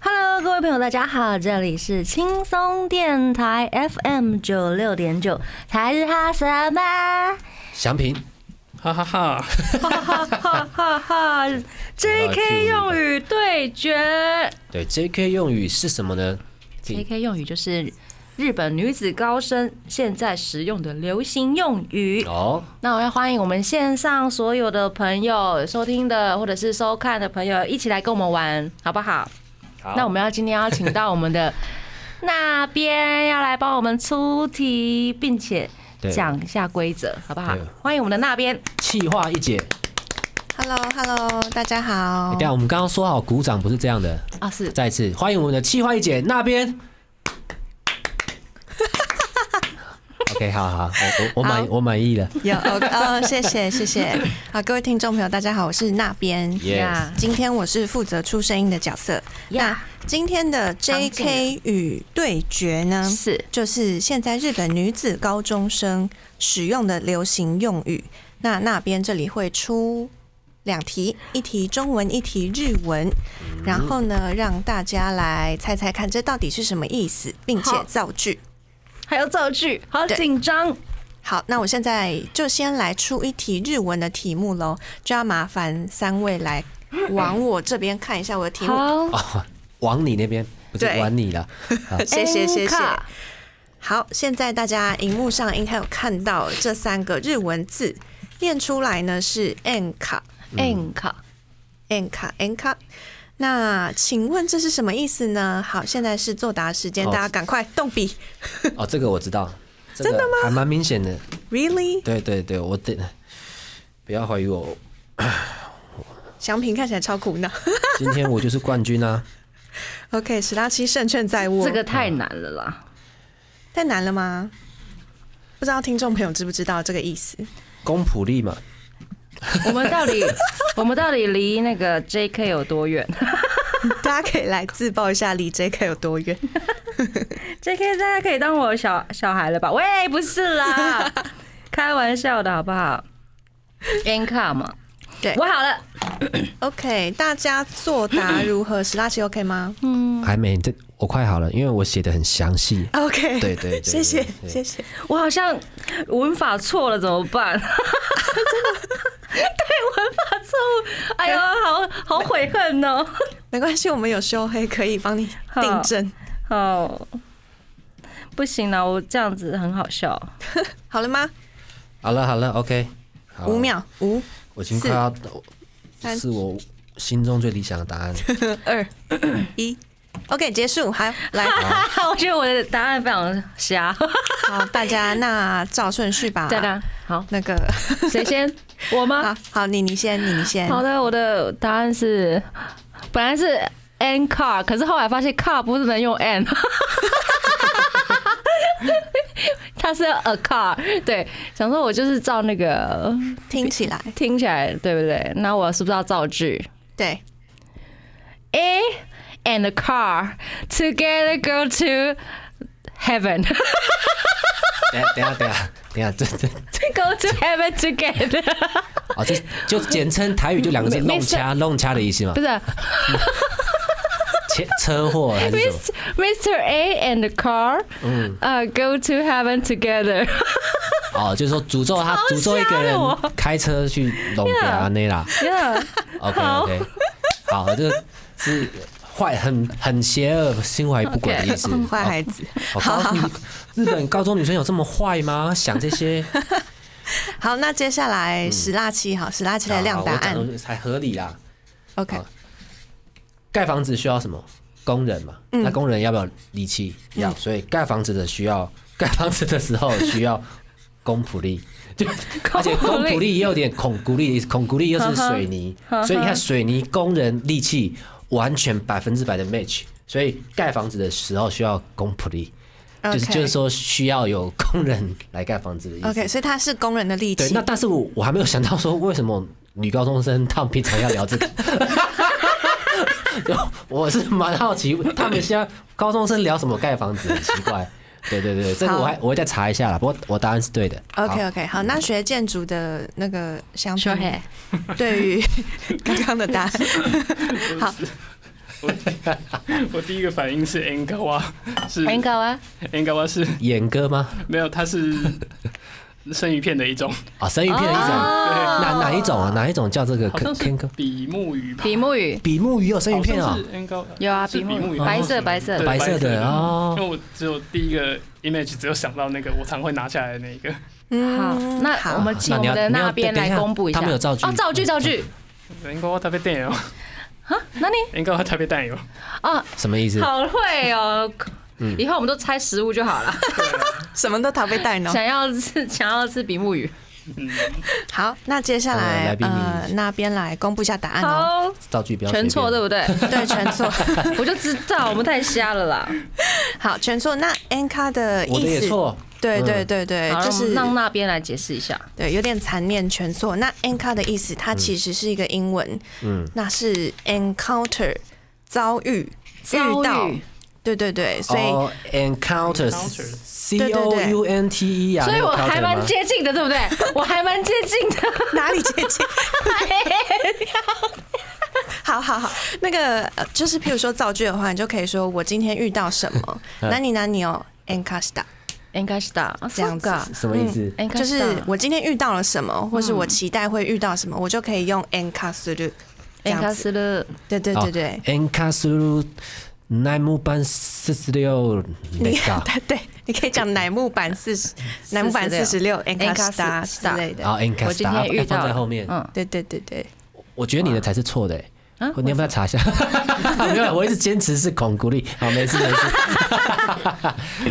Hello，各位朋友，大家好，这里是轻松电台 FM 九六点九，才是他什么？
祥平，
哈哈哈， [laughs]
哈哈哈哈！JK 用语对决
对 JK 用语是什么呢？请
，JK 用语就是日本女子高生现在使用的流行用语。
哦，
那我要欢迎我们线上所有的朋友、收听的或者是收看的朋友一起来跟我们玩，好不好？
好
那我们要今天要请到我们的那边要来帮我们出题，并且
对
讲一下规则，好不好
对？
欢迎我们的那边。
气化一姐，
Hello Hello，大家好
哦
等一。下我们刚刚说好鼓掌不是这样的，
啊，是
再一次欢迎我们的气化一姐
[laughs]
那边。OK，好好，我我我满
好
我满意了
[laughs] 有哦哦，谢谢谢谢。好，各位听众朋友，大家好，我是那边。
，Yes，
今天我是负责出声音的角色。
呀，
今天的
常见
JK 与对决呢，
是
就是现在日本女子高中生使用的流行用语。那那边这里会出两题，一题中文，一题日文，然后呢，让大家来猜猜看这到底是什么意思，并且
好
造句。
还有造句，好
对
紧张。
好，那我现在就先来出一题日文的题目喽，就要麻烦三位来往我这边看一下我的题目。
好，
哦，往你那边不是
对
往你了，
谢谢谢谢。
Enka
好，现在大家荧幕上应该有看到这三个日文字，念出来呢是 n 卡
N 卡
n 卡 n 卡。那请问这是什么意思呢？好，现在是作答时间，
好
大家赶快动笔。
哦，这个我知
[laughs]
道，真的吗？还蛮明显的，
Really？
对对对，我得不要怀疑我，
祥平看起来超苦恼。
今天我就是冠军啊！
OK，十拉七胜券在握。
这个太难了啦。
太难了吗？不知道听众朋友知不知道这个意 [laughs] 思？
公普利嘛，
我们到底我们到底离那个 JK 有多远 [laughs]
大家可以来自报一下离 JK 有多远。
？JK 大概可以当我小小孩了吧？喂，不是 [laughs] 啦，开玩笑的好不好？N 卡嘛，
[laughs] 对
我好了，
OK，大家作答如何？史拉奇 OK 吗
还没这我快好了，因为我写的很详细。
？OK，
对对对对
谢谢
对
谢谢。
我好像文法错了怎么办？真 [laughs] 的。对文法错误，哎呦，好好悔恨哦。
没关系，我们有修黑可以帮你订正。
哦，不行了，我这样子很好笑。
好了吗？
好了好了，OK，好
五，秒，五
我已经快要，这
三
是我心中最理想的答案。
二一，OK，结束。好，来，
哈哈， [laughs] 我觉得我的答案非常瞎。
好，大家那照顺序吧。
对的，好，
那个
谁先？ [laughs] 我吗
[laughs] 好？好，你你先，你你先。
好的，我的答案是，本来是 n car，可是后来发现 car 不是能用 n，它是 a car。对，想说我就是照那个
听起来，
听起来对不对？那我是不是要造句
对，
？A and a car together go to heaven, [laughs]
等一下等一下等一下等一下，这这
go to heaven together。 [laughs]
哦，这就简称台语就两个字，
没
弄掐弄掐的意思嘛
不，是啊
切车祸还是什么？
[laughs] ，Mr. A and the car，
嗯，
呃、g o to heaven together。
哦，就是说诅咒他
超瞎的
诅咒一个人
我
开车去弄掉
Yeah
那啦
[laughs] [laughs] Yeah。
，OK OK，好，这个是坏很很邪恶心怀不轨的意思，
坏孩子。
好高中日本高中女生有这么坏吗？想这些，
好，那接下来十辣七，好，十辣七来亮答
嗯好我
案。
讲才合理啦。
OK，
好盖房子需要什么？工人嘛，
嗯
那工人要不要力气？要，所以盖房子的需要， [laughs] 盖房子的时候需要公仆力， [laughs] 就而且公仆力也有点孔古力的意思，孔古力又是水
[laughs]
泥，所以你看水泥工人力气完全百分之百的 match，所以盖房子的时候需要公仆力，就是
OK
就是说需要有工人来盖房子的意思。
OK，所以他是工人的力
对，
气
那。但是我我还没有想到说为什么女高中生她们平常要聊
[laughs]
这个。我是蛮好奇，他们现在高中生聊什么盖房子，很奇怪。对对对，这个我还我会再查一下啦。不过我答案是对的。啊
OK
好
OK，好，那学建筑的那个相
说嘿 [laughs]
对，对于刚刚的答案，好，
我第一个反应是 Angawa，是
a n g o 啊，
Angawa 是
演歌吗？
没有，它是 [laughs] 生鱼片的
[laughs]
一种，
啊，生鱼片的一种，
哦
哪哪一种啊？哪一种叫这个
好像是
Ken 歌？
比目鱼吧。
比目鱼。
比目鱼有生鱼片
好
啊
像？是 Angawa，
有啊
是
比
比
目鱼
目鱼
白色白色的
对
白色
色
的哦
因为我只有第一个 image 只有想到那个我常会拿下来的那一个，
好，
嗯
那我们请
那
我
你
们
要
的
你要
那边
等一
来
下
公布一下。
他们有造句
哦，造句造句。
Angawa 特别淡哦 [laughs] 油
那你
，Angawa 特别淡油，
哦，
什么意思？
好会哦。以后我们都猜食物就好了。
什么都逃被带呢。
想要吃想要吃比目鱼。
好，那接下
呃来
来
宾
呃那边来公布一下答案哦。
好，
造句不要随
全
便
错对不对？
对，全
[laughs]
错。
我就知道我们太瞎了啦。
好，全错。那 N 卡的
我的
意
也
思，
错。
对
嗯
对对对
好，，让我
就哎是
们让那边来解释一下。
对，有点残念全错。那 encounter 的意思，它其实是一个英文，
嗯，
那是 encounter 遭遇、遇
遭
到
遇，
对对对，所以、
哦
Encounter
encounters，C
对
O
对
U N T E 啊，
所以
那
我
个 counter
还蛮
吗
接近的，
[laughs]
对不对？我还蛮接近的。
哪里接 [laughs] 近？好好好，那个呃就是譬如说造句的话，你就可以说我今天遇到什 [laughs] 么，那你那你哦 encounter
应该是的，
这样子
啊
什么意思？
应该
就是
的
我今天遇到了什么，或是我期待会遇到什么，我就可以用 encounter 这
应该
样子。
是的。
对对
哦
对对，
n k a s u n a m u ban 四十六
你
neka，
[laughs] 对对，你可以讲乃木坂四十、乃木坂四十六、N 卡 s t a 之类
然后
的。
n k a
我
s
今
u
天遇到
哦啊放在后面。
嗯
对对对对，
我觉得你的才是错的欸，
啊
嗯
你要不要查一下？ [laughs] 没有，我一直坚持是孔古力。好，没事 [laughs] 没事。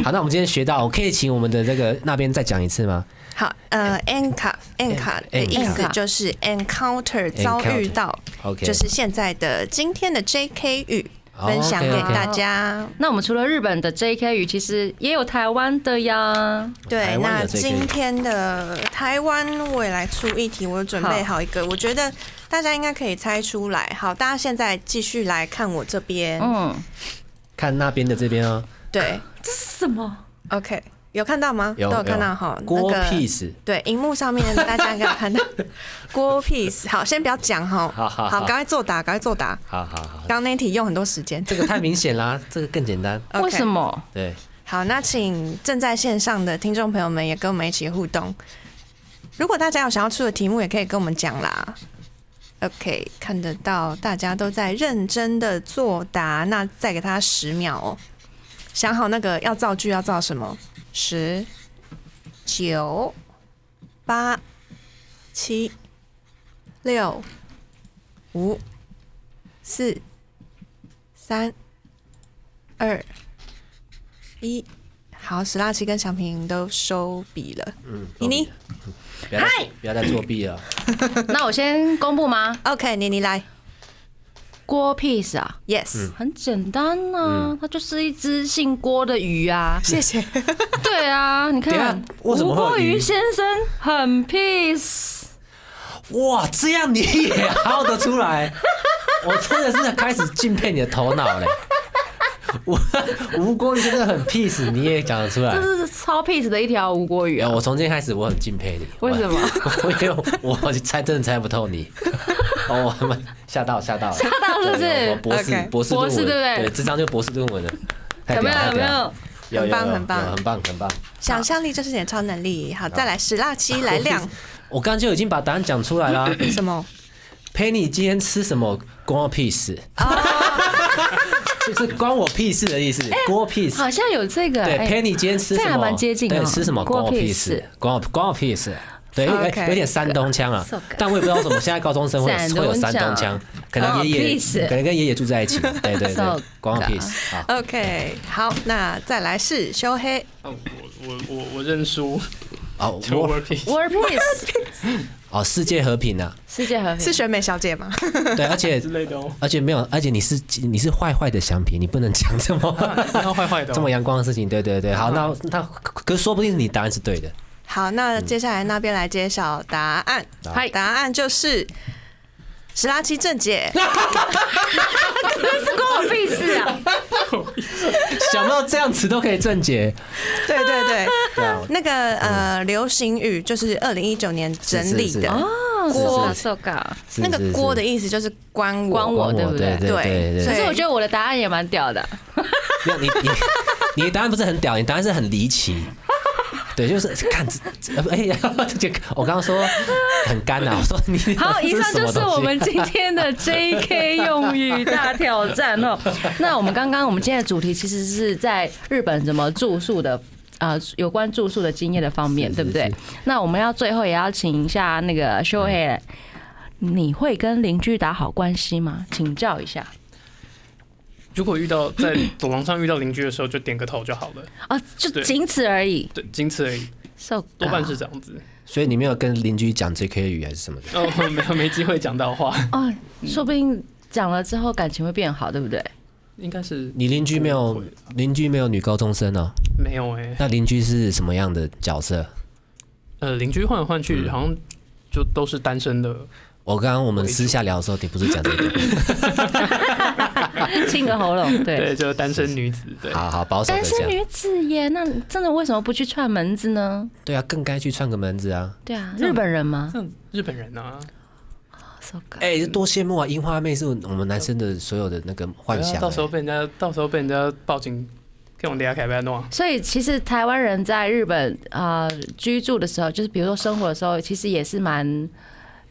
好，那我们今天学到，我可以请我们的这个那边再讲一次吗？
好，呃，N 卡 N 卡的意思就是 encounter 遭遇到
OK
就是现在的今天的 JK 语
哦
分享给
OK，OK
大家。
那我们除了日本的 JK 语，其实也有台湾的呀。
对
台，湾
那
的 JK
今天的台湾我也来出一题，我准备好一个，我觉得大家应该可以猜出来。好，大家现在继续来看我这边。
嗯，
看那边的这边哦，
对
这是什么？
，OK，有看到吗？
有
都有看到哈。那
郭
个
peace，
对，荧幕上面大家应该有
[laughs]
看到郭 peace。好，先不要讲哈，
好好好
好，赶快作答，赶快作答。
好好好，
刚刚那一题用很多时间，
这个太明显啦，这个更简单。
为什？
[laughs]
么？
对，
好，那请正在线上的听众朋友们也跟我们一起互动。如果大家有想要出的题目，也可以跟我们讲啦。OK，看得到大家都在认真的作答，那再给他十秒哦。想好那个要造句要造什么？十、九、八、七、六、五、四、三、二、一。好，史拉奇跟祥平都收笔了。
嗯，
妮妮
不要再，不要再作弊了。
那我先公布吗？
OK，妮妮来
锅 piece 啊，
，Yes，、
嗯
很简单呐、它就是一只姓郭的鱼
[laughs]
啊。
谢谢。
对啊，你
等一
看
下，为什么
吴
会有
郭
鱼
鱼先生很 peace。
哇，这样你也凹得
[laughs]
出来，我真的是开始敬佩你的头脑嘞。我吴国瑜真的很 peace，你也讲得出来
这。是超 peace 的一条吴郭鱼
有，
啊！
我从今天开始我很敬佩你。
为什么
我？我因 [laughs] 为我猜真的猜不透
[laughs]
你。哦，我吓到吓到了，吓
到是不是
博士
OK
博士
博
论
士
文，
对不对
对？这张就博士论文了。太
有没有？
屌了
有没有？？
太屌了有有
很棒
有
很棒
有很棒很棒。
想象力就是你的超能力。好，再来史拉奇来亮
我刚刚就已经把答案讲出来啦。
什么？
Penny 今天吃什么关我屁事，
哦
[laughs] 就是关我屁事的意思，关我屁事。
哎好像有这个
对
哎
，Penny 今天吃
这
什
还
么？
蛮接近
对，
哦
吃什么关我屁事，关我关我屁事。对，有
OK
有点山东腔啊
So good，
但我也不知道为什么现在高中生会
山东
会有山东腔
腔，
可能
关我
爷
屁
爷
事
可能跟爷爷住在一起嘛，对对
So
对
good，
关我屁事啊。
OK，好，那再来是修黑。
啊我我我我认 [laughs] 输，
哦，
求
我
working。
，World Peace，
哦，世界和平啊，
世界和
是
平。
选美小姐吗？
对，而且
[laughs] [laughs] 之类的哦，
而且没有，而且你是你是坏坏的祥平，你不能讲这么
那坏坏的、哦嗯
这么阳光的事情，对对对。好，那那可是说不定你答案是对
[laughs]
的。
[laughs] 好，那接下来那边来揭晓答案。
嗨
答案就是史拉奇正解。
是关我屁事啊！
想不到这样子都可以正解，
对对对，
[laughs] 对啊，
那个呃，流行语就是二零一九年整理
是是是
的。
哦，
锅
是啊，so good。
是
那
是
个
是
锅的意思就是关我。
关我
关
对不
对
对？
对
对
可
所以
是我觉得我的答案也蛮屌的，
没有你你 [laughs] 你的答案不是很屌，你答案是很离
[laughs]
奇。对，就是看，这这哎呀，这个我刚刚说很干
[laughs]
啊呐、我说你
好，以上就
这
是
什么东西
我们今天 [laughs] 的 JK 用语大挑战 [laughs] 哦。那我们刚刚我们今天的主题其实是在日本怎么住宿的。呃，有关住宿的经验的方面，对不对？那我们要最后也要请一下那个修黑，你会跟邻居打好关系吗？请教一下
如果遇到 [laughs] 在走廊上遇到邻居的时候，就点个头就好了，
啊，就
对
仅此而已。
对，仅此而已，
So
多半是这样子。
所以你没有跟邻居讲 JK 语还是什么的？
哦，没有没机会讲到话，
哦，说不定讲了之后感情会变好，对不 [laughs] 对？
应该是
你邻居没有邻居没有女高中生哦、
没有哎、
那邻居是什么样的角色？
呃，邻居换来换
嗯
去，好像就都是单身的，
我刚刚我们私下聊的时候，你不是讲这
[laughs]
个？
清个喉 [laughs] 咙，对。
对，就是单身女子，对，
好好保守的
单身
讲，
女子耶，那真的为什么不去串门子呢？
对啊，更该去串个门子啊！
对啊，
样
日本人吗？
像日本人啊，
So good
哎、多羡慕啊！樱花妹是我们男生的所有的那个幻想、
啊
欸
到时候被人家到时候被人家报警，给我们俩开不要弄啊，
所以其实台湾人在日本啊、呃居住的时候，就是比如说生活的时候，其实也是蛮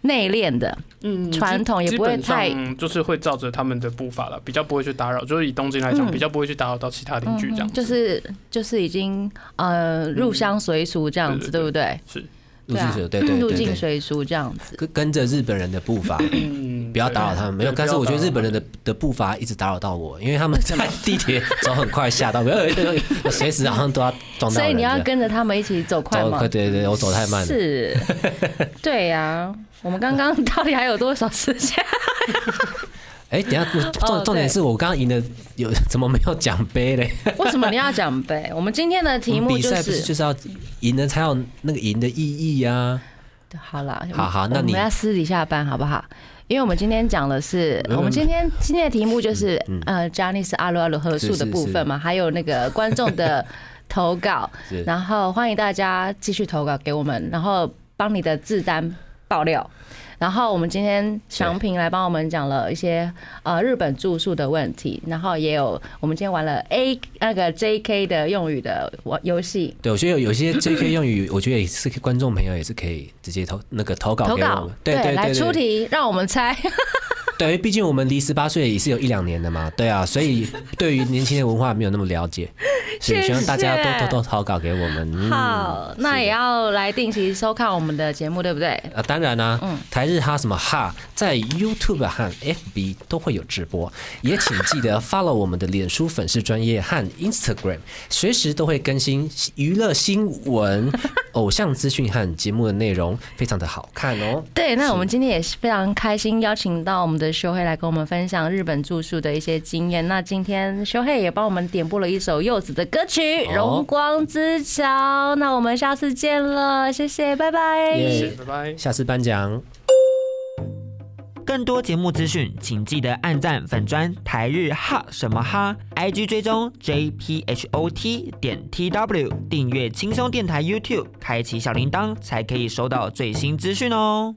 内敛的。
嗯，
传统也
基
不会
本上
太
就是会照着他们的步伐了，比较不会去打扰，就是以东京来
嗯
讲，比较不会去打扰到其他邻居这样子，
就是就是已经呃入乡随俗这样子，对
对
不对？
是，
入境水，对
啊
对
入
对
境
对，
随俗这样子。
跟跟着日本人的步
[clears throat]
伐，
嗯，
不要打扰他们。没有，
对
但是我觉得日本人。
不要打扰他们
的的步伐一直打扰到我，因为他
[laughs]
们在地铁走很快，吓到没有，我随时好像都要撞到
所
人。
以你要
这样
跟着他们一起走快
走
吗？
快，对对，对我走太慢了。 [laughs]
是，对呀、我们刚刚到底还有多少时
[laughs]
间？
哎，等一下我重
哦
重点
对
是我刚刚赢的有怎么没有奖杯嘞？
为什么你要奖杯？我们今天的题目
[laughs] 比
就
赛不
是
是就是要赢了才有那个赢的意义啊？
好啦，
好好
我
那你
我们要私底下办好不好？因为我们今天讲的是，
有
我们今天今天的题目就是
嗯
呃，詹尼斯阿鲁阿鲁合数的部分嘛，还有那个观众的投稿
[laughs] 是，
然后欢迎大家继续投稿给我们，然后帮你的字单爆料。然后我们今天祥平来帮我们讲了一些呃日本住宿的问题，然后也有我们今天玩了 A 那个 JK 的用语的玩游戏，
对，我觉得有有些 JK 用语，我觉得也是观众朋友也是可以直接投那个投稿
投
给我
稿
们，对对对，
来
对
出题，让我们猜。
等于毕竟我们离十八岁也是有一两年的嘛，对啊，所以对于年轻的文化没有那么了解，所
谢
以
谢
希望大家多多多投稿给我们。嗯、
好，那也要来定期收看我们的节目，对不对？
啊，当然啦、台日哈什么哈，在 YouTube 和 FB 都会有直播，也请记得 follow 我们的脸书粉丝专业和 Instagram，随时都会更新娱乐新闻、偶像资讯和节目的内容，非常的好看哦。
对，那我们今天也是非常开心，邀请到我们的修黑来跟我们分享日本住宿的一些经验。那今天修黑也帮我们点播了一首柚子的歌曲《
哦
荣光之桥》。那我们下次见了，谢谢，拜拜。
耶
谢谢，拜拜。
下次颁奖。
更多节目资讯，请记得按赞粉砖台日哈什么哈，IG 追踪 JPHOT 点 TW，订阅轻松电台 YouTube，开启小铃铛才可以收到最新资讯哦。